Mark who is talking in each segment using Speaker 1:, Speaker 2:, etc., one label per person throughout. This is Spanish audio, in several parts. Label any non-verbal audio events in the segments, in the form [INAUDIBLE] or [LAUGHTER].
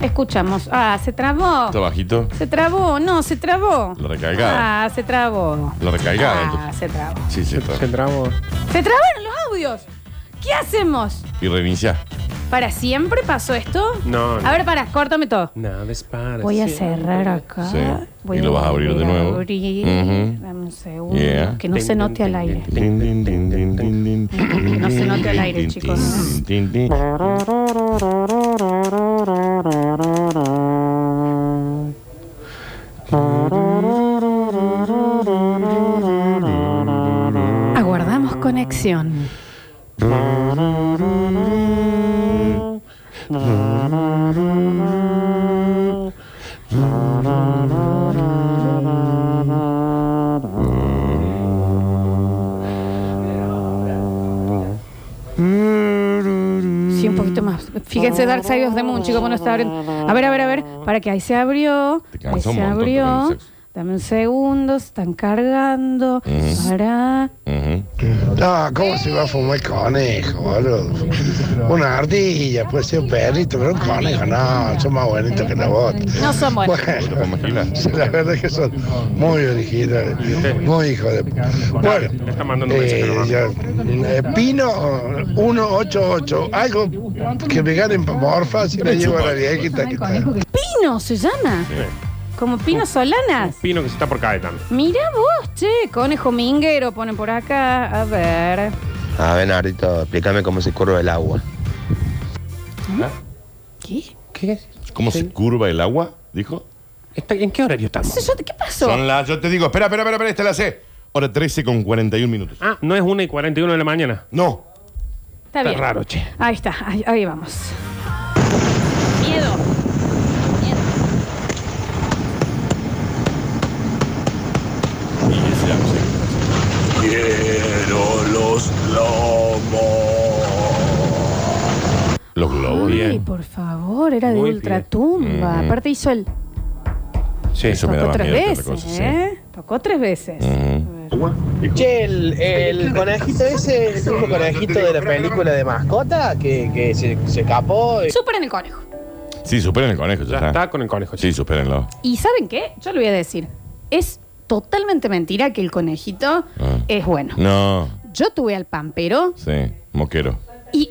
Speaker 1: Escuchamos. Ah, se trabó.
Speaker 2: Está bajito.
Speaker 1: Se trabó, no, se trabó.
Speaker 2: La recargada.
Speaker 1: Ah, se trabó.
Speaker 2: La recargada,
Speaker 1: Ah,
Speaker 2: entonces.
Speaker 1: se trabó.
Speaker 2: Sí, sí,
Speaker 3: Se [LAUGHS]
Speaker 2: está.
Speaker 3: entramos.
Speaker 1: Se trabaron los audios. ¿Qué hacemos?
Speaker 2: Y reiniciar.
Speaker 1: ¿Para siempre pasó esto?
Speaker 3: No, no.
Speaker 1: A ver, para, córtame todo.
Speaker 3: Nada es para
Speaker 1: Voy a
Speaker 3: siempre.
Speaker 1: cerrar acá.
Speaker 2: Sí.
Speaker 1: Voy
Speaker 2: Y lo vas a abrir de
Speaker 1: volver
Speaker 2: nuevo.
Speaker 1: abrir.
Speaker 2: Ujú.
Speaker 1: Dame un segundo.
Speaker 2: Yeah.
Speaker 1: Que no se note al aire.
Speaker 2: No
Speaker 1: se note al aire, chicos. Aguardamos conexión. Sí, un poquito más. Fíjense, Dark Side of the Moon, chicos, bueno, está abriendo. A ver, a ver, a ver. Para que ahí se abrió.
Speaker 2: Te cansa
Speaker 1: Ahí
Speaker 2: un
Speaker 1: se
Speaker 2: montón también el
Speaker 1: abrió.
Speaker 2: sexo.
Speaker 1: Dame un segundo, se están cargando.
Speaker 2: Ujú.
Speaker 1: Para.
Speaker 2: Ujú.
Speaker 4: No, ¿cómo se va a fumar el conejo, boludo? Una ardilla, puede ser un perrito, pero un conejo, no, son más bonitos que la bota.
Speaker 1: No [LAUGHS] son buenos.
Speaker 2: ¿Te puedes
Speaker 4: Bueno,
Speaker 2: imaginar?
Speaker 4: [LAUGHS] la verdad es que son muy originales, muy hijos de... Bueno,
Speaker 3: Le está mandando un mensaje,
Speaker 4: eh,
Speaker 3: hermano.
Speaker 4: yo- eh, Pino 188, algo que me ganen morfa si le llevo a la viejita que está...
Speaker 1: Pino se llama. Como Pino Solanas.
Speaker 3: Pino que se está por caer también.
Speaker 1: Mira vos, che, conejo minguero, ponen por acá. A ver.
Speaker 5: A ver, Nardito, explícame cómo se curva el agua.
Speaker 1: ¿Eh? ¿Qué?
Speaker 3: ¿Qué es?
Speaker 2: ¿Cómo se curva el agua? Dijo.
Speaker 3: Está- ¿En qué horario estamos?
Speaker 1: ¿Qué sé yo? ¿Qué pasó?
Speaker 2: Son las, yo te digo, espera, espera, espera, esta la sé. Hora 13 con 41 minutos.
Speaker 3: Ah, no es 1 y 41 de la mañana.
Speaker 2: No.
Speaker 1: Está
Speaker 3: Está
Speaker 1: bien.
Speaker 3: raro, che.
Speaker 1: Ahí está, ahí, ahí vamos. Miedo.
Speaker 2: Y ese ya no sé.
Speaker 6: Quiero los lomos.
Speaker 2: Los globos.
Speaker 1: Ay,
Speaker 3: bien.
Speaker 1: por favor, era
Speaker 3: Muy
Speaker 1: de
Speaker 3: bien.
Speaker 1: ultratumba.
Speaker 2: Mm.
Speaker 1: Aparte hizo el.
Speaker 3: Sí,
Speaker 2: Eso me
Speaker 1: Tocó
Speaker 2: daba
Speaker 1: tres
Speaker 2: miedo. que
Speaker 1: veces,
Speaker 2: otra cosa, sí. Mm.
Speaker 1: ¿eh? Tocó tres veces.
Speaker 2: Ujú.
Speaker 7: Che, el, el conejito ese, el mismo conejito de la película de mascota que, que se, se escapó. y-
Speaker 1: Superen el conejo.
Speaker 2: Sí, superen el conejo, ya,
Speaker 3: Ah. Ya
Speaker 2: está.
Speaker 3: está con el conejo, che.
Speaker 2: Sí, supérenlo.
Speaker 1: ¿Y saben qué? Yo lo voy a decir. Es totalmente mentira que el conejito
Speaker 2: Ah.
Speaker 1: es bueno.
Speaker 2: No,
Speaker 1: Yo tuve al pampero
Speaker 2: sí, moquero.
Speaker 1: y.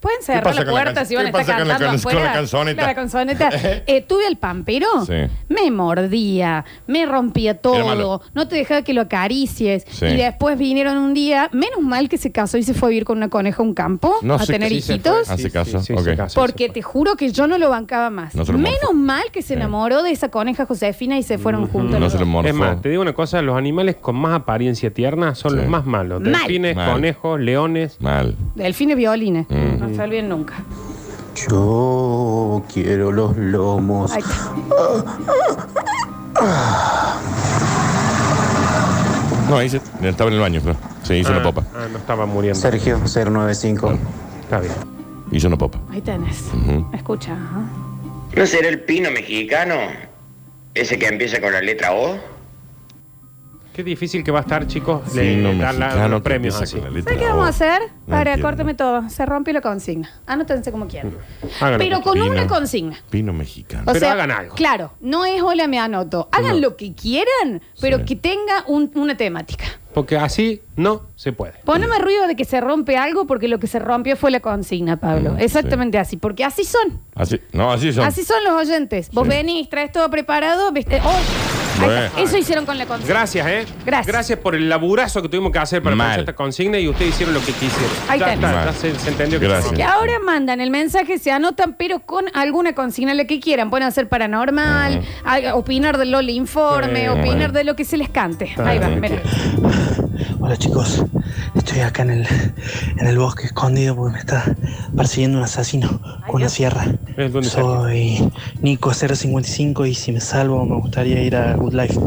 Speaker 1: Pueden cerrar
Speaker 2: pasa
Speaker 1: la
Speaker 2: con la
Speaker 1: puerta
Speaker 2: can-
Speaker 1: si van a
Speaker 2: qué
Speaker 1: estar
Speaker 2: pasa con la
Speaker 1: cantando
Speaker 2: can- con la
Speaker 1: afuera.
Speaker 2: canzoneta?
Speaker 1: Con la canzoneta.
Speaker 2: [LAUGHS]
Speaker 1: Eh, tuve al pampero,
Speaker 2: Sí.
Speaker 1: me mordía, me rompía todo,
Speaker 2: malo.
Speaker 1: no te dejaba que lo acaricies.
Speaker 2: Sí.
Speaker 1: Y después vinieron un día, menos mal que se casó y se fue a vivir con una coneja a un campo
Speaker 2: No
Speaker 1: a
Speaker 2: sé
Speaker 1: tener
Speaker 2: qué- sí se
Speaker 1: hijitos.
Speaker 2: Ah, ¿se casó?
Speaker 3: se
Speaker 2: Ok.
Speaker 3: casó,
Speaker 1: Porque
Speaker 3: se
Speaker 1: te juro que yo no lo bancaba más.
Speaker 2: No se lo
Speaker 1: Menos
Speaker 2: morfó.
Speaker 1: mal que se
Speaker 2: Sí.
Speaker 1: enamoró de esa coneja Josefina y se fueron juntos.
Speaker 2: No
Speaker 1: los
Speaker 2: se lo
Speaker 1: dos.
Speaker 3: fue.
Speaker 2: morfó.
Speaker 3: Es más, te digo una cosa, los animales con más apariencia tierna son
Speaker 2: Sí.
Speaker 3: los más malos.
Speaker 1: Mal.
Speaker 3: Delfines,
Speaker 2: Mal.
Speaker 3: conejos, leones.
Speaker 2: Mal.
Speaker 1: Delfines violines. eh.
Speaker 2: Mm.
Speaker 1: No se olviden nunca.
Speaker 5: Yo quiero los lomos.
Speaker 1: Ay, está.
Speaker 2: No, ahí se, estaba en el baño, pero sí, hizo
Speaker 3: Ah,
Speaker 2: una popa.
Speaker 3: Ah, no estaba muriendo.
Speaker 5: Sergio 095.
Speaker 3: Está bien.
Speaker 2: Hizo una popa.
Speaker 1: Ahí tenés.
Speaker 2: Ujú.
Speaker 1: Escucha. ajá.
Speaker 8: ¿No será el pino mexicano? Ese que empieza con la letra O.
Speaker 3: Qué difícil que va a estar, chicos,
Speaker 2: Sí, no,
Speaker 3: de dar la-
Speaker 2: mexicano ah,
Speaker 3: los
Speaker 2: que
Speaker 3: premios
Speaker 2: empieza
Speaker 3: así.
Speaker 2: con la letra
Speaker 1: ¿Sabes qué
Speaker 2: O.
Speaker 1: vamos a hacer?
Speaker 2: No
Speaker 1: Para,
Speaker 2: entiendo.
Speaker 1: córtame todo. Se rompió la consigna. Anótense como quieran.
Speaker 3: Háganlo.
Speaker 1: Pero con
Speaker 2: Pino.
Speaker 1: una consigna.
Speaker 2: Pino mexicano.
Speaker 1: O
Speaker 3: Pero
Speaker 1: sea,
Speaker 3: hagan algo.
Speaker 1: Claro, no es hola, me anoto. Hagan
Speaker 3: No.
Speaker 1: lo que quieran, pero
Speaker 2: Sí.
Speaker 1: que tenga un- una temática.
Speaker 3: Porque así no se puede.
Speaker 1: Poneme ruido de que se rompe algo porque lo que se rompió fue la consigna, Pablo.
Speaker 2: Mm,
Speaker 1: Exactamente así, porque así son.
Speaker 2: Así, no, así son.
Speaker 1: Así son los oyentes. Vos
Speaker 2: Sí.
Speaker 1: venís, traes todo preparado, viste. Oh, ahí
Speaker 2: Bueno.
Speaker 1: está. Eso hicieron con la consigna.
Speaker 3: Gracias, ¿eh?
Speaker 1: Gracias.
Speaker 3: por el laburazo que tuvimos que hacer para
Speaker 2: Mal.
Speaker 3: poner esta consigna y ustedes hicieron lo que quisieron.
Speaker 1: Ahí
Speaker 3: ya
Speaker 1: tenés.
Speaker 3: está, ya
Speaker 2: Mal.
Speaker 3: se, se entendió que
Speaker 2: Gracias.
Speaker 1: Que ahora mandan el mensaje, se anotan, pero con alguna consigna, la que quieran. Pueden hacer paranormal, a- opinar del LOL informe,
Speaker 3: Sí.
Speaker 1: opinar
Speaker 2: Bueno.
Speaker 1: de lo que se les cante. Ahí va,
Speaker 2: bien.
Speaker 1: mira.
Speaker 9: Hola chicos, estoy acá en el, en el bosque escondido porque me está persiguiendo un asesino con una sierra.
Speaker 3: Es donde
Speaker 9: Soy Nico055 y si me salvo me gustaría ir a Good Life.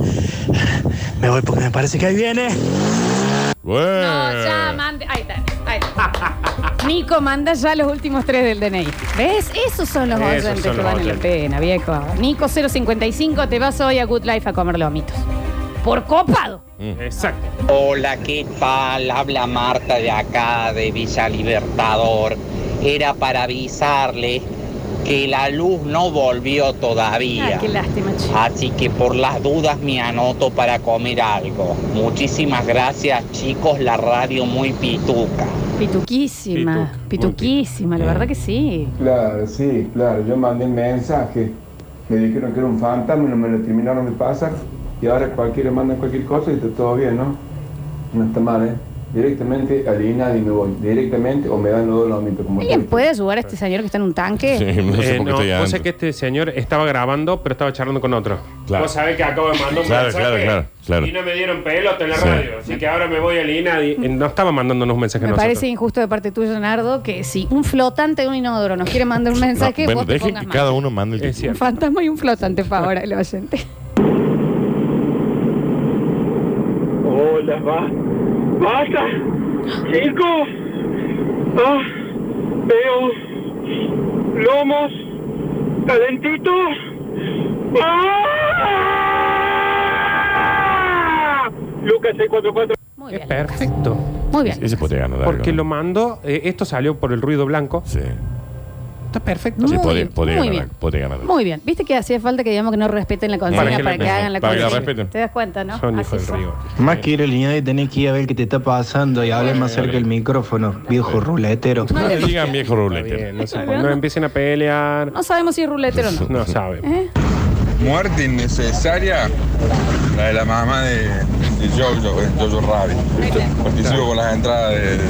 Speaker 9: Me voy porque me parece que ahí viene.
Speaker 2: Bueno.
Speaker 1: No, ya mande. Ahí está. Ahí está. Nico, manda ya los últimos tres del DNI. ¿Ves? Esos son los
Speaker 3: Esos
Speaker 1: oyentes
Speaker 3: son
Speaker 1: que
Speaker 3: los
Speaker 1: valen la
Speaker 3: oyentes.
Speaker 1: pena, viejo. Nico 055, te vas hoy a Good Life a comer lomitos. Por copado.
Speaker 3: Exacto.
Speaker 10: Hola, ¿qué tal? Habla Marta de acá, de Villa Libertador. Era para avisarle que la luz no volvió todavía.
Speaker 1: Ah, qué lástima, che.
Speaker 10: Así que por las dudas me anoto para comer algo. Muchísimas gracias chicos, la radio muy pituca.
Speaker 1: Pituquísima,
Speaker 3: Pituc, muy
Speaker 1: pituquísima, la verdad que sí.
Speaker 6: Claro, sí, claro. Yo mandé un mensaje. Me dijeron que era un fantasma y no me lo terminaron de pasar. Y ahora cualquiera manda cualquier cosa y está todo bien, ¿no? No está mal, ¿eh? Directamente al INADI me voy. Directamente o me dan los dolamitos. Como
Speaker 1: ¿Alguien
Speaker 6: tal.
Speaker 1: puede ayudar a este señor que está en un tanque?
Speaker 2: Sí, no sé
Speaker 3: Eh,
Speaker 2: por qué
Speaker 3: no,
Speaker 2: estoy
Speaker 3: vos
Speaker 2: adentro.
Speaker 3: sé que este señor estaba grabando, pero estaba charlando con otro.
Speaker 2: Claro.
Speaker 3: Vos sabés que acabo de mandar un
Speaker 2: Claro,
Speaker 3: mensaje
Speaker 2: claro, claro, claro.
Speaker 3: y no me dieron pelota en la
Speaker 2: Sí.
Speaker 3: radio. Así que ahora me voy al INADI. Eh, No estaba mandándonos mensajes
Speaker 1: Me
Speaker 3: nosotros.
Speaker 1: parece injusto de parte tuya, Leonardo, que si un flotante de un inodoro nos quiere mandar un
Speaker 2: [LAUGHS] No,
Speaker 1: mensaje,
Speaker 2: bueno,
Speaker 1: vos te
Speaker 2: dejen
Speaker 1: pongas
Speaker 2: que
Speaker 1: mal.
Speaker 2: cada uno mande el que
Speaker 3: Es
Speaker 1: Un
Speaker 3: cierto.
Speaker 1: fantasma y un flotante, por favor, el oyente.
Speaker 9: Hola, va. ¡Basta! ¡Chicos! Ah, veo lomos calentitos. ¡Ah! Lucas 644.
Speaker 1: Muy
Speaker 3: Es
Speaker 1: bien.
Speaker 3: perfecto.
Speaker 1: Muy bien.
Speaker 2: Ese podría ganar.
Speaker 3: Porque
Speaker 2: algo.
Speaker 3: lo mandó, eh, esto salió por el ruido blanco.
Speaker 2: Sí.
Speaker 3: Está perfecto.
Speaker 2: Sí,
Speaker 1: Muy,
Speaker 2: podría, podría
Speaker 1: muy
Speaker 2: ganar.
Speaker 1: bien.
Speaker 2: Podría ganar.
Speaker 1: Muy bien. Viste que hacía falta que digamos que no respeten la consigna para
Speaker 3: Para
Speaker 1: que,
Speaker 3: que la-
Speaker 1: hagan la
Speaker 2: para que la
Speaker 1: consigna.
Speaker 2: respeten.
Speaker 1: Te das cuenta, ¿no?
Speaker 3: Son
Speaker 1: Así
Speaker 3: hijos
Speaker 1: son.
Speaker 3: del río.
Speaker 9: Más que ir al línea y tenés que ir a ver qué te está pasando y hablar más cerca del micrófono, viejo ruletero.
Speaker 2: No le digan viejo
Speaker 3: Está
Speaker 2: rulete.
Speaker 1: [LAUGHS]
Speaker 3: bien, no, se puede- no empiecen a pelear.
Speaker 6: [LAUGHS]
Speaker 1: No sabemos si es ruletero o
Speaker 2: [LAUGHS]
Speaker 1: no.
Speaker 3: No sabe.
Speaker 1: ¿Eh?
Speaker 6: Muerte innecesaria, la de la mamá de, de Jojo, eh, Jojo Rabbit. Participo con las entradas de, de-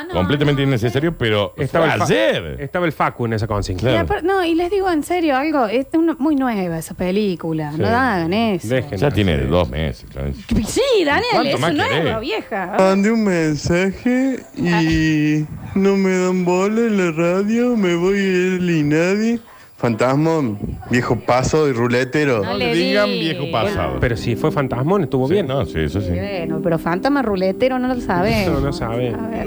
Speaker 1: Ah, no.
Speaker 2: Completamente innecesario, pero
Speaker 3: Estaba el,
Speaker 2: fue
Speaker 3: fa-
Speaker 2: ayer.
Speaker 3: estaba el Facu en esa consigna.
Speaker 1: Y
Speaker 2: Claro.
Speaker 1: apar- no, y les digo en serio algo, es una- muy nueva esa película. No hagan eso.
Speaker 3: Dejen.
Speaker 2: Ya tiene dos meses, claro.
Speaker 1: Sí, Daniel,
Speaker 2: ¿Cuánto
Speaker 1: es
Speaker 2: más querés?
Speaker 1: nueva, vieja.
Speaker 9: Mandé un mensaje y no me dan bola en la radio, me voy el INADI. Fantasma, viejo paso y ruletero.
Speaker 1: No
Speaker 2: No
Speaker 1: le
Speaker 2: le digan
Speaker 1: diga.
Speaker 2: viejo pasado.
Speaker 3: Pero si fue fantasmón, estuvo
Speaker 2: Sí,
Speaker 3: bien.
Speaker 2: no, sí, eso sí.
Speaker 1: Bueno, pero fantasma ruletero no lo sabe.
Speaker 3: Eso no sabe.
Speaker 1: A ver.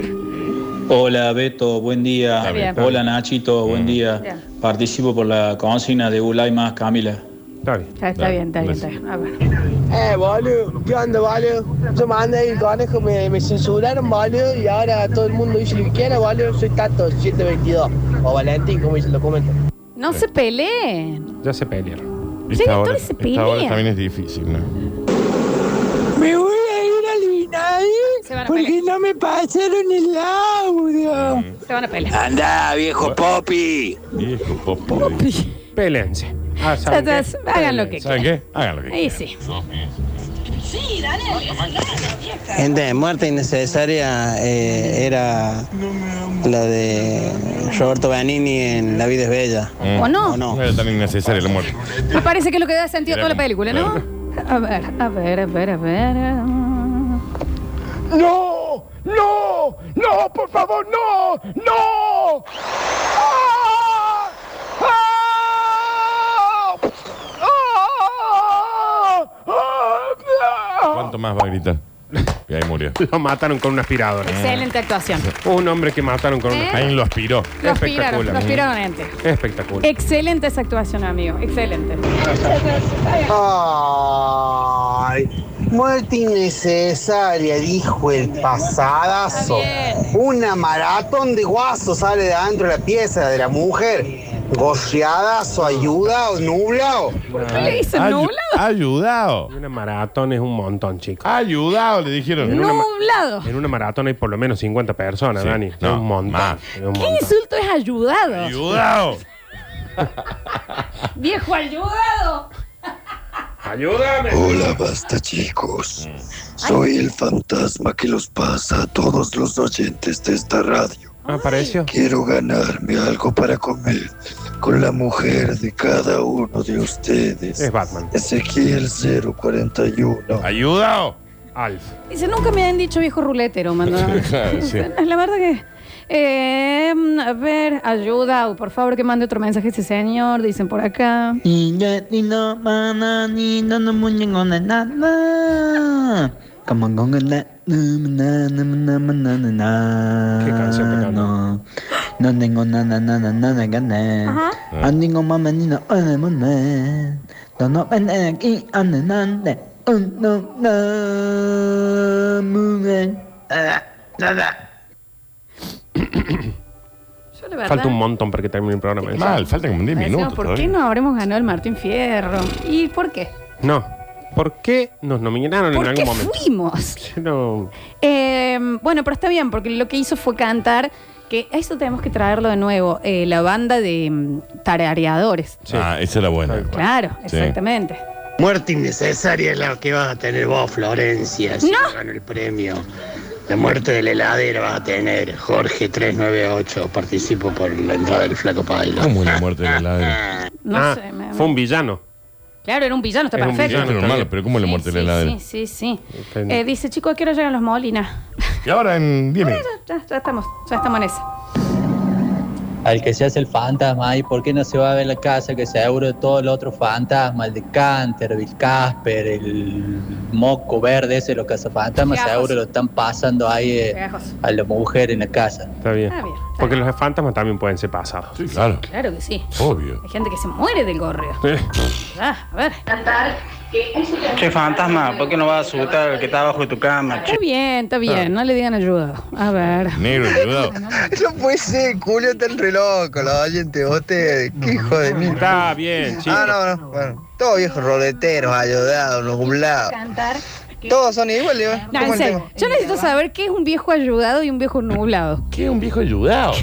Speaker 9: Hola Beto, buen día.
Speaker 1: Está bien.
Speaker 9: Hola Nachito,
Speaker 6: Mm.
Speaker 9: buen día.
Speaker 1: Bien.
Speaker 9: Participo por la consigna de Ulay más Camila.
Speaker 3: Está bien.
Speaker 1: Ya está
Speaker 2: Dale,
Speaker 1: bien, está bien, está
Speaker 2: gracias.
Speaker 1: bien. Ah, A ver.
Speaker 7: Eh, boludo, ¿qué onda, boludo? Yo mandé el conejo, me, me censuraron, boludo, y ahora todo el mundo dice lo que quiera, boludo. Soy Tato, 722. O Valentín, como dice el documento.
Speaker 1: No se peleen.
Speaker 3: Ya se pelearon.
Speaker 1: Sí,
Speaker 2: Esta hora,
Speaker 1: entonces se
Speaker 2: esta hora
Speaker 1: pelea.
Speaker 2: también es difícil, ¿no?
Speaker 9: Me voy a ir al
Speaker 1: Se van a
Speaker 9: INADI
Speaker 1: porque pelear.
Speaker 9: no me pasaron el audio.
Speaker 1: Se van a pelear.
Speaker 7: Ah,
Speaker 10: Anda, viejo Poppy.
Speaker 2: Viejo popo.
Speaker 3: Pélense. Ah, ¿saben qué?
Speaker 1: Entonces, hagan lo que
Speaker 2: ¿Saben
Speaker 1: quieran.
Speaker 2: qué? Hagan lo que
Speaker 1: Ahí
Speaker 2: quieran.
Speaker 1: sí.
Speaker 7: Gente, muerte innecesaria eh, era la de Eh, Roberto Benini en La vida es bella.
Speaker 2: Mm.
Speaker 1: ¿O no?
Speaker 2: No era tan innecesaria la muerte.
Speaker 1: Me parece que es lo que da sentido a toda la
Speaker 2: Era como-
Speaker 1: película, ¿no? A ver, a ver, a ver, a ver.
Speaker 6: ¡No! ¡No! ¡No! ¡Por favor, no! ¡No! ¡Ah! ¡Ah! ¡Ah! ¡Ah!
Speaker 2: ¿Cuánto más va a gritar? Y ahí murió.
Speaker 3: Lo mataron con una aspiradora.
Speaker 1: Excelente actuación.
Speaker 3: Un hombre que mataron con una
Speaker 2: Ahí lo aspiró.
Speaker 1: Lo aspiraron,
Speaker 3: Eh, Espectacular.
Speaker 1: lo aspiraron ente.
Speaker 3: Espectacular.
Speaker 1: Excelente esa actuación, amigo. Excelente.
Speaker 7: Ay, muerte innecesaria, dijo el pasadazo.
Speaker 1: Está
Speaker 7: Una maratón de guaso sale de adentro de la pieza de la mujer. Goceada, su ayuda o nubla o.
Speaker 3: Ah,
Speaker 1: ¿Qué le hizo
Speaker 2: Ayu-
Speaker 1: nublado?
Speaker 2: Ayudado.
Speaker 3: Y Una maratón es un montón, chicos.
Speaker 2: Ayudado, le dijeron.
Speaker 3: una ma-
Speaker 1: Nublado.
Speaker 3: En una maratón hay por lo menos 50 personas,
Speaker 2: Sí.
Speaker 3: Dani. Es
Speaker 2: No,
Speaker 3: un montón.
Speaker 2: más.
Speaker 3: Es un
Speaker 1: ¿Qué
Speaker 3: montón.
Speaker 1: insulto es ayudado?
Speaker 2: Ayudado.
Speaker 1: Viejo ayudado.
Speaker 3: ¡Ayúdame!
Speaker 9: Hola, basta chicos. Soy el fantasma que los pasa a todos los oyentes de esta radio.
Speaker 3: Ah, Apareció.
Speaker 9: Quiero ganarme algo para comer con la mujer de cada uno de ustedes.
Speaker 3: Es Batman.
Speaker 9: Ezequiel 041.
Speaker 2: Ayudado.
Speaker 3: Alf.
Speaker 1: Dice, nunca me han dicho viejo ruletero, mandó.
Speaker 3: [LAUGHS]
Speaker 2: Sí.
Speaker 1: La verdad que. eh, a ver, ayuda, o por favor que mande otro mensaje a ese señor, dicen por acá.
Speaker 3: Qué canción que canta.
Speaker 9: No tengo nada, nada, nada gané.
Speaker 1: Ajá.
Speaker 9: No tengo mamá ni no, eh, mamá. No, no, ven aquí, ande, ande. Un, no, no, mujer. Nada, nada.
Speaker 1: Yo la verdad.
Speaker 3: Falta un montón para que termine el programa. ¿eh?
Speaker 2: Pues Mal, faltan como 10
Speaker 1: Decimos,
Speaker 2: minutos.
Speaker 1: ¿Por
Speaker 2: todavía.
Speaker 1: qué no habremos ganado el Martín Fierro? ¿Y por qué?
Speaker 3: No. ¿Por qué nos nominaron en
Speaker 1: ¿Por
Speaker 3: algún
Speaker 1: qué
Speaker 3: momento?
Speaker 1: fuimos?
Speaker 3: [LAUGHS] No.
Speaker 1: Eh, bueno, pero está bien, porque lo que hizo fue cantar, que a eso tenemos que traerlo de nuevo, eh, la banda de mm, tarareadores.
Speaker 3: Sí.
Speaker 2: Ah, esa era buena.
Speaker 1: Claro,
Speaker 2: Sí.
Speaker 1: exactamente.
Speaker 7: Muerte innecesaria es la que vas a tener vos, Florencia, si
Speaker 1: No.
Speaker 7: te gano el premio. La muerte del heladero vas a tener, Jorge 398. Participo por la entrada del Flaco Pailo.
Speaker 2: ¿Cómo es la muerte del heladero?
Speaker 1: No
Speaker 3: Ah,
Speaker 1: sé, me-
Speaker 3: fue un villano.
Speaker 1: Claro, era un villano, está
Speaker 3: Es un
Speaker 1: perfecto.
Speaker 2: Esto es
Speaker 3: villano.
Speaker 2: Este normal, pero ¿cómo es la muerte
Speaker 1: sí,
Speaker 2: del heladero?
Speaker 1: sí, sí, sí.
Speaker 3: Está bien.
Speaker 1: Eh, dice, chicos, quiero llegar a los Molina. Ah,
Speaker 2: Y ahora en 10 minutos.
Speaker 1: Ya, ya estamos, ya estamos en esa.
Speaker 10: Al que se hace el fantasma, ¿y por qué no se va a ver la casa? Que seguro todo el otro fantasma, el de Canterville, Casper, el moco verde, ese, los cazafantasmas,
Speaker 1: Fiajos.
Speaker 10: seguro lo están pasando ahí eh,
Speaker 1: Fiajos.
Speaker 10: a la mujer en la casa.
Speaker 3: Está bien.
Speaker 1: Está bien, está
Speaker 3: Porque
Speaker 1: bien.
Speaker 3: los fantasmas también pueden ser pasados.
Speaker 2: Sí, claro.
Speaker 1: Claro que sí.
Speaker 2: Obvio.
Speaker 1: Hay gente que se muere del gorreo. Ah, a ver.
Speaker 10: Che, fantasma, ¿por qué no vas a asustar al que está abajo de tu cama? Ah.
Speaker 1: Está bien, está bien. No le digan ayuda. A ver.
Speaker 2: Negro, ayudado.
Speaker 7: [LAUGHS] No puede ser, Julio, tan re loco, los oyentes, vos te... qué hijo de mí.
Speaker 3: Está bien, chicos.
Speaker 7: Ah, no, no, bueno, todos viejos roleteros, ayudados, nublados. Todos son iguales, ¿eh?
Speaker 1: No,
Speaker 7: ¿Cómo
Speaker 1: en
Speaker 7: el
Speaker 1: serio.
Speaker 7: tema?
Speaker 1: Yo necesito saber qué es un viejo ayudado y un viejo nublado.
Speaker 2: ¿Qué? Un viejo ayudado.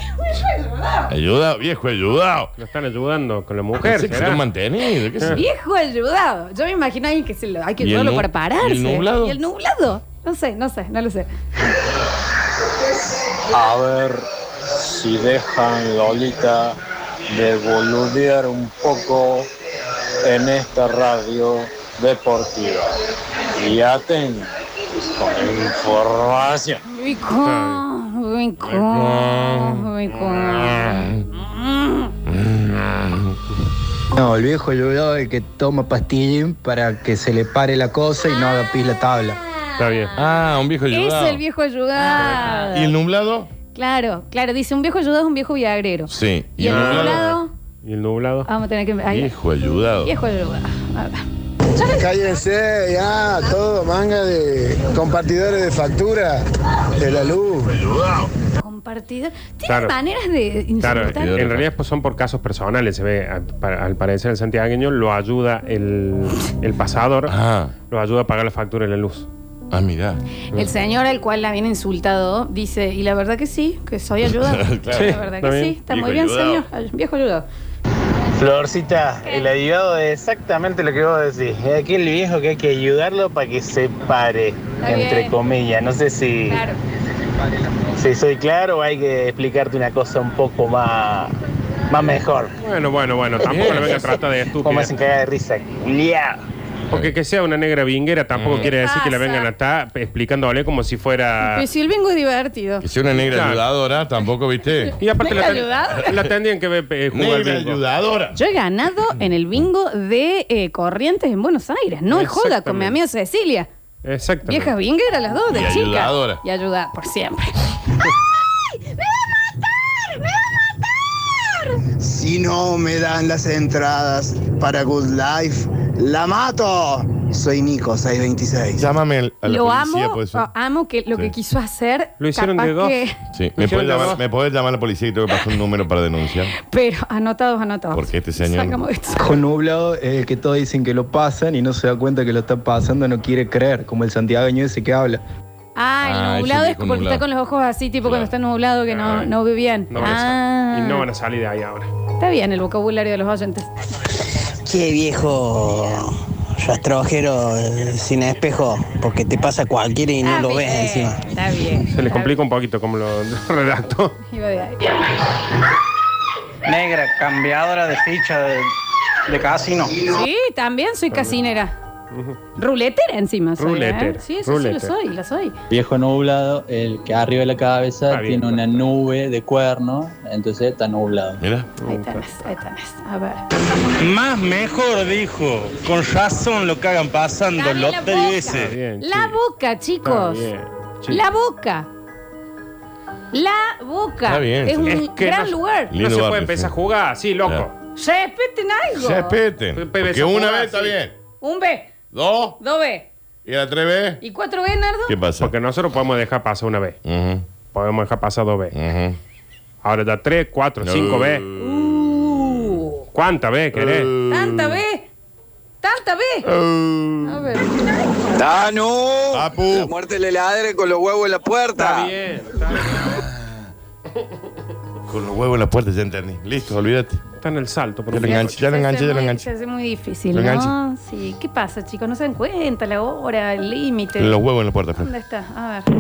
Speaker 2: Ayudado, viejo ayudado.
Speaker 3: Lo están ayudando con la
Speaker 2: Ah, Pensé
Speaker 3: mujer.
Speaker 2: que
Speaker 3: ¿será?
Speaker 2: será un mantenido, qué sé yo.
Speaker 1: Viejo ayudado. Yo me imagino a alguien que se lo, hay que
Speaker 2: ¿Y el
Speaker 1: ayudarlo
Speaker 2: nu-
Speaker 1: para pararse.
Speaker 2: y el nublado?
Speaker 1: ¿Y el nublado? No sé, no sé, no lo sé.
Speaker 10: A ver si dejan Lolita de boludear un poco en esta radio deportiva. Y aten con información.
Speaker 1: Vico, Vico, Vico.
Speaker 5: No, el viejo ayudado el que toma pastillín para que se le pare la cosa y no haga pis la tabla.
Speaker 3: Está bien.
Speaker 2: Ah, un viejo
Speaker 1: Es
Speaker 2: ayudado.
Speaker 1: el viejo ayudado.
Speaker 2: ¿Y el nublado?
Speaker 1: Claro, claro. Dice, un viejo ayudado es un viejo viagrero.
Speaker 2: Sí.
Speaker 1: ¿Y el nublado?
Speaker 3: ¿Y el nublado?
Speaker 1: Vamos a tener que... ahí.
Speaker 2: Viejo ayudado.
Speaker 1: Viejo ayudado. A ver.
Speaker 4: Cállense ya, todo manga de compartidores de factura de la luz.
Speaker 1: Compartidor. Tiene
Speaker 3: Claro.
Speaker 1: maneras de
Speaker 3: Claro,
Speaker 1: insultar.
Speaker 2: Insultante.
Speaker 3: en realidad pues, son por casos personales. Se ve, al, pa- al parecer, el santiagueño lo ayuda el, el pasador,
Speaker 2: Ah.
Speaker 3: lo ayuda a pagar la factura y la luz.
Speaker 2: Ah, mira.
Speaker 1: El señor al cual la habían insultado dice, y la verdad que sí, que soy ayudado.
Speaker 2: Claro.
Speaker 1: La verdad que
Speaker 3: Sí,
Speaker 1: sí, está
Speaker 2: viejo
Speaker 1: muy bien,
Speaker 2: ayudado.
Speaker 1: señor. Ay, Viejo ayudado.
Speaker 10: Florcita, el ayudado es exactamente lo que vos decís. Es aquel viejo que hay que ayudarlo para que se pare,
Speaker 1: Está
Speaker 10: entre
Speaker 1: bien.
Speaker 10: comillas. No sé si,
Speaker 1: Claro.
Speaker 10: si soy claro o hay que explicarte una cosa un poco más, más mejor.
Speaker 3: Bueno, bueno, bueno, tampoco le venga a tratar de
Speaker 10: ¿Cómo me hacen
Speaker 3: estúpida.
Speaker 10: cagar de risa? ¡Liado!
Speaker 3: Porque que sea una negra vinguera tampoco
Speaker 2: Mm.
Speaker 3: quiere decir que la
Speaker 1: Pasa.
Speaker 3: vengan a estar explicándole como si fuera...
Speaker 1: Pero si el bingo es divertido.
Speaker 2: Que sea una negra
Speaker 3: Claro.
Speaker 2: ayudadora, tampoco,
Speaker 3: [LAUGHS]
Speaker 2: ¿viste?
Speaker 3: Y aparte
Speaker 1: ¿Negra
Speaker 3: la, ten-
Speaker 1: ayudadora?
Speaker 3: la tendrían que ver eh, jugar
Speaker 2: Negra
Speaker 3: bingo.
Speaker 2: ayudadora.
Speaker 1: Yo he ganado en el bingo de eh, Corrientes en Buenos Aires. No es joda con mi
Speaker 3: Exactamente.
Speaker 1: amiga Cecilia.
Speaker 3: Exactamente.
Speaker 1: Viejas bingueras las dos de
Speaker 2: Y
Speaker 1: chicas.
Speaker 2: ayudadora.
Speaker 1: Y ayudada por
Speaker 2: [LAUGHS]
Speaker 1: siempre.
Speaker 7: Si no me dan las entradas para Good Life, la mato. Soy Nico, 626.
Speaker 2: Llámame el- a la
Speaker 1: Lo
Speaker 2: policía,
Speaker 1: amo, Ah.
Speaker 2: por eso.
Speaker 1: lo amo que lo
Speaker 2: Sí.
Speaker 1: que quiso hacer.
Speaker 3: Lo hicieron
Speaker 1: capaz
Speaker 3: de dos.
Speaker 1: que-
Speaker 2: Sí, me puedes
Speaker 3: Hicieron de
Speaker 2: llamar,
Speaker 3: dos.
Speaker 2: me podés llamar a la policía y tengo que pasar un número para denunciar.
Speaker 1: Pero anotados, anotados.
Speaker 2: Porque este señor-
Speaker 1: Sacamos esto.
Speaker 5: Con nublado es el que todos dicen que lo pasan y no se da cuenta que lo está pasando, no quiere creer, como el santiagueño ese que habla.
Speaker 1: Ah,
Speaker 2: Ah,
Speaker 1: el
Speaker 2: es
Speaker 1: nublado
Speaker 2: el
Speaker 1: es
Speaker 2: viejo
Speaker 1: porque
Speaker 2: nublado.
Speaker 1: está con los ojos así, tipo cuando
Speaker 2: Claro.
Speaker 1: está nublado que no,
Speaker 3: Ay.
Speaker 1: no ve bien.
Speaker 3: No van a
Speaker 1: ah,
Speaker 3: sa- y no van a salir de ahí ahora.
Speaker 1: Está bien el vocabulario de los oyentes.
Speaker 7: Qué viejo rastrojero eh, sin espejo, porque te pasa cualquiera y no
Speaker 1: Está
Speaker 7: lo ves
Speaker 1: bien,
Speaker 7: encima.
Speaker 1: Está bien.
Speaker 3: Se les complica un poquito como lo [LAUGHS] redactó.
Speaker 1: Iba de ahí.
Speaker 10: Negra, cambiadora de ficha de, casino.
Speaker 1: Sí, también soy casinera. Ruletera encima soy. ¿eh?
Speaker 3: Ruletera,
Speaker 1: Sí, eso
Speaker 3: ruletera.
Speaker 1: sí lo soy, lo soy.
Speaker 10: Viejo nublado, el que arriba de la cabeza
Speaker 3: Está bien,
Speaker 10: tiene una
Speaker 3: está bien.
Speaker 10: nube de cuerno, entonces está nublado.
Speaker 2: Mira.
Speaker 1: Ahí tenés, ahí tenés. A ver.
Speaker 10: Más mejor, dijo. Con razón lo cagan pasando,
Speaker 1: Dame la boca.
Speaker 3: Está bien,
Speaker 1: La
Speaker 3: sí.
Speaker 1: boca, chicos.
Speaker 3: Está bien, chicos.
Speaker 1: La boca. La boca.
Speaker 2: Está bien,
Speaker 1: Es
Speaker 2: está
Speaker 1: un
Speaker 2: bien.
Speaker 3: Es que
Speaker 1: gran
Speaker 3: no-
Speaker 1: lugar.
Speaker 2: Lindo
Speaker 3: no se
Speaker 2: barrio,
Speaker 3: puede empezar a
Speaker 2: sí.
Speaker 3: jugar, sí, loco.
Speaker 2: Claro.
Speaker 1: Ya respeten algo.
Speaker 2: Se respeten.
Speaker 3: Pe- pe-
Speaker 2: Porque
Speaker 3: se
Speaker 2: una
Speaker 3: juega
Speaker 2: vez está
Speaker 3: así.
Speaker 2: bien.
Speaker 1: Un B,
Speaker 2: Dos.
Speaker 1: dos B.
Speaker 2: ¿Y la tres veces?
Speaker 1: ¿Y cuatro B, Nardo?
Speaker 2: ¿Qué pasa?
Speaker 3: Porque nosotros podemos dejar pasar una vez.
Speaker 2: Ujú,
Speaker 3: Podemos dejar pasar dos veces.
Speaker 2: ujú.
Speaker 3: Ahora da 3, 4,
Speaker 2: No.
Speaker 3: 5 veces.
Speaker 1: Uh,
Speaker 3: ¿Cuántas veces querés?
Speaker 2: Uh.
Speaker 1: tanta vez. Tanta vez.
Speaker 2: Oh.
Speaker 1: A ver.
Speaker 11: ¡Danu!
Speaker 2: Papu.
Speaker 11: La muerte del heladre con los huevos en la puerta.
Speaker 3: bien.
Speaker 2: Con los huevos en la puerta, ya entendí. Listo, olvídate.
Speaker 3: Está en el salto. Por
Speaker 2: Ya
Speaker 3: un
Speaker 2: lo enganché, ya lo
Speaker 1: Se hace
Speaker 2: enganché, ya lo
Speaker 1: muy-
Speaker 2: enganché.
Speaker 1: Se hace muy difícil,
Speaker 2: Lo
Speaker 1: ¿no? Sí. ¿Qué pasa, chicos? No se dan cuenta la hora, el límite.
Speaker 2: Los huevos en la puerta, Fran.
Speaker 1: ¿Dónde está? A ver.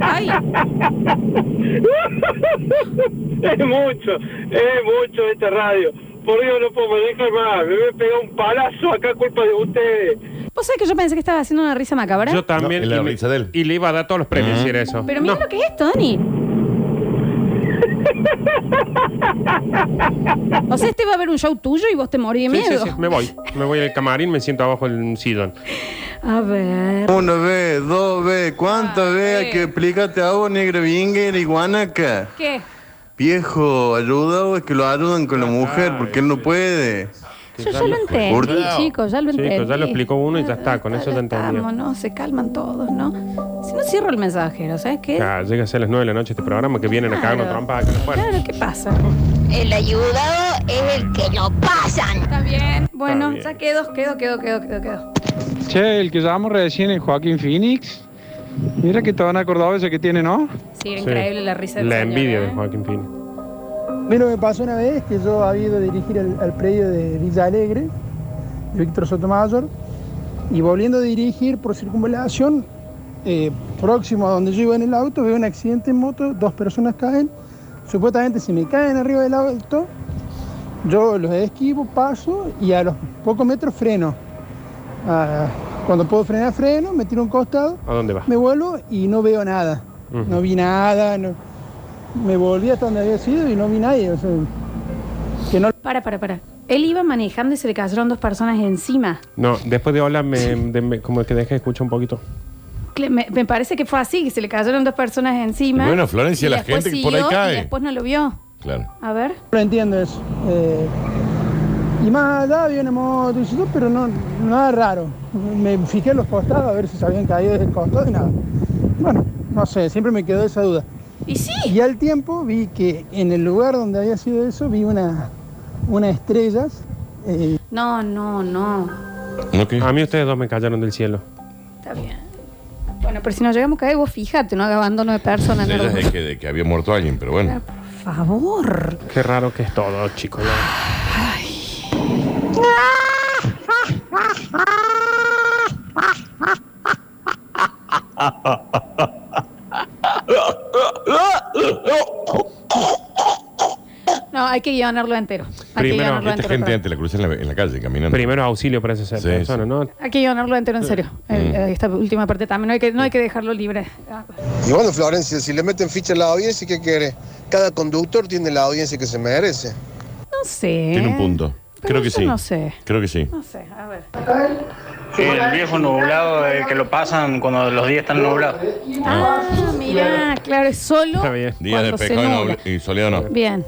Speaker 1: Ay,
Speaker 12: Es mucho, es mucho esta radio. Por Dios, no puedo manejar más. Me voy a pegar un palazo acá, culpa de ustedes.
Speaker 1: ¿vos sabés que yo pensé que estaba haciendo una risa macabra?
Speaker 3: Yo también.
Speaker 2: No, es la
Speaker 3: y,
Speaker 2: risa de él.
Speaker 3: le, y le iba a dar todos los premios
Speaker 2: Mm.
Speaker 3: si era eso.
Speaker 1: Pero mira lo que es esto,
Speaker 12: [LAUGHS]
Speaker 1: Dani. O sea, este va a ver un show tuyo y vos te morís de
Speaker 3: Sí, sí,
Speaker 1: miedo.
Speaker 3: sí, me voy. Me voy al camarín, me siento abajo en un sillón.
Speaker 1: A ver.
Speaker 9: Una vez, dos veces, ¿cuántas
Speaker 3: Ah,
Speaker 9: veces
Speaker 1: sí.
Speaker 9: que explícate a vos, negro vingue, iguanaca?
Speaker 1: ¿Qué?
Speaker 9: Viejo, ayuda o es que lo ayudan con la mujer porque él no puede.
Speaker 1: Yo ya lo entendí,
Speaker 9: Por-
Speaker 1: chicos, ya lo
Speaker 3: Chicos,
Speaker 1: entendí.
Speaker 3: ya lo explicó uno y ya está, con eso ya entendí.
Speaker 1: Vamos, no, se calman todos, ¿no? Si no cierro el mensajero, ¿sabes qué?
Speaker 3: Ya, llega a ser las 9 de la noche este programa que vienen acá con
Speaker 1: Claro.
Speaker 3: trampa. acá. Bueno,
Speaker 1: Claro, ¿qué pasa?
Speaker 13: El ayudado es el que lo pasan.
Speaker 1: Está bien. Bueno,
Speaker 3: bien.
Speaker 1: ya quedó, quedó, quedó, quedó, quedó, quedó.
Speaker 14: Che, el que llamó recién es Joaquín Phoenix. Mira que estaban acordados ese que tiene, ¿no?
Speaker 1: Sí, era
Speaker 3: sí.
Speaker 1: increíble la risa del
Speaker 3: La
Speaker 1: señor,
Speaker 3: envidia
Speaker 1: ¿eh?
Speaker 3: de Joaquín Pino.
Speaker 15: Mira, me pasó una vez que yo había ido a dirigir al, al predio de Villa Alegre, de Víctor Sotomayor, y volviendo a dirigir por circunvalación, eh, próximo a donde yo iba en el auto, veo un accidente en moto, dos personas caen, supuestamente se me caen arriba del auto, yo los esquivo, paso y a los pocos metros freno. Ah, cuando puedo frenar, freno, me tiro a un costado,
Speaker 3: ¿A dónde va?
Speaker 15: me vuelvo y no veo nada.
Speaker 3: Ujú.
Speaker 15: No vi nada, no- me volví hasta donde había sido y no vi nadie. o sea, que no...
Speaker 1: Para, para, para. Él iba manejando y se le cayeron dos personas encima.
Speaker 3: No, después de hola, me, de- me- como que dejé de escuchar un poquito.
Speaker 1: Cle- Me, me parece que fue así, que se le cayeron dos personas encima.
Speaker 2: Y bueno, Florencia,
Speaker 1: Y
Speaker 2: la
Speaker 1: después
Speaker 2: gente que por ahí
Speaker 1: siguió y
Speaker 2: cae.
Speaker 1: después no lo vio.
Speaker 2: Claro.
Speaker 1: A ver.
Speaker 15: No entiendo eso. Eh, y más allá había una moto y todo, pero no, nada raro. Me fijé en los costados a ver si se habían caído desde el costado y nada. Bueno, no sé, siempre me quedó esa duda.
Speaker 1: Y sí.
Speaker 15: Y al tiempo vi que en el lugar donde había sido eso, vi una, unas estrellas. eh,
Speaker 1: No, no, no.
Speaker 3: A mí ustedes dos me callaron del cielo.
Speaker 1: Está bien. Bueno, pero si nos llegamos a caer, vos fíjate, no haga abandono de personas.
Speaker 2: De ellas
Speaker 1: Nardo.
Speaker 2: es que, de que había muerto alguien, pero bueno.
Speaker 1: Por favor.
Speaker 3: Qué raro que es todo, chicos. ¿no?
Speaker 1: No, hay que guionarlo entero. Hay que
Speaker 3: Primero,
Speaker 1: guionarlo
Speaker 2: Esta
Speaker 1: entero.
Speaker 2: gente
Speaker 1: perdón.
Speaker 2: antes la crucé en la, en la calle caminando.
Speaker 3: Primero auxilio para esa
Speaker 2: Sí,
Speaker 3: persona,
Speaker 2: sí.
Speaker 3: ¿no?
Speaker 1: Hay que guionarlo entero, en serio.
Speaker 2: Mm.
Speaker 1: El- Esta última parte también. No hay que, no hay que dejarlo libre. Ah,
Speaker 16: Y bueno, Florencia, si le meten ficha a la audiencia, ¿qué quiere? Cada conductor tiene la audiencia que se merece.
Speaker 1: No sé.
Speaker 2: Tiene un punto.
Speaker 1: Pero
Speaker 2: Creo que
Speaker 1: yo
Speaker 2: sí.
Speaker 1: No sé.
Speaker 2: Creo que sí.
Speaker 1: No sé, a ver.
Speaker 17: El viejo nublado, el que lo pasan cuando los días están nublados.
Speaker 1: Ah, mirá, claro, es solo.
Speaker 3: Está bien.
Speaker 2: Día de
Speaker 1: Cuando se
Speaker 2: pecado y
Speaker 1: nubla.
Speaker 2: noble- y soleado no.
Speaker 1: Bien.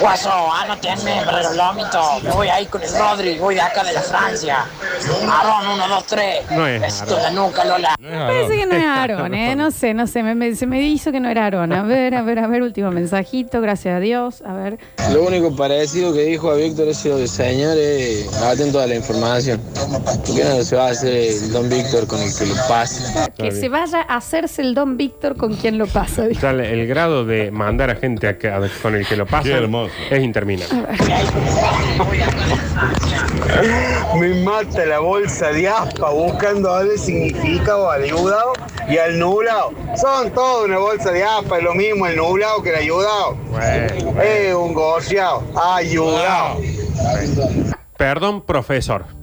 Speaker 18: Guaso, anótenme para el lómito. Me voy ahí con el Rodri, voy de acá de la Francia. Arón, 1, 2, 3.
Speaker 3: No es
Speaker 18: Besito
Speaker 3: Aarón.
Speaker 18: en la nuca, Lola.
Speaker 2: Ah,
Speaker 1: Parece que no es
Speaker 2: [LAUGHS]
Speaker 1: Aarón, ¿eh? No sé, no sé. me- me- se me hizo que no era Aarón. A ver, a ver, a ver. Último mensajito, gracias a Dios. A ver.
Speaker 7: Lo único parecido que dijo a Víctor es que, señores, aten toda la información. ¿Por qué no se va a hacer el don Víctor con el que lo pasa?
Speaker 1: Que se vaya a hacerse el don Víctor con quien lo pasa. dijo.
Speaker 3: Ya el- el grado de mandar a gente a que- a- con el que lo pasa
Speaker 2: Qué hermoso.
Speaker 3: es interminable.
Speaker 19: Me mata la bolsa de aspa buscando darle significado al ayudado y al nublado. Son todos una bolsa de aspa, es lo mismo el nublado que el ayudado.
Speaker 3: Bueno,
Speaker 19: Es un goceado, ayudado.
Speaker 3: Perdón, profesor.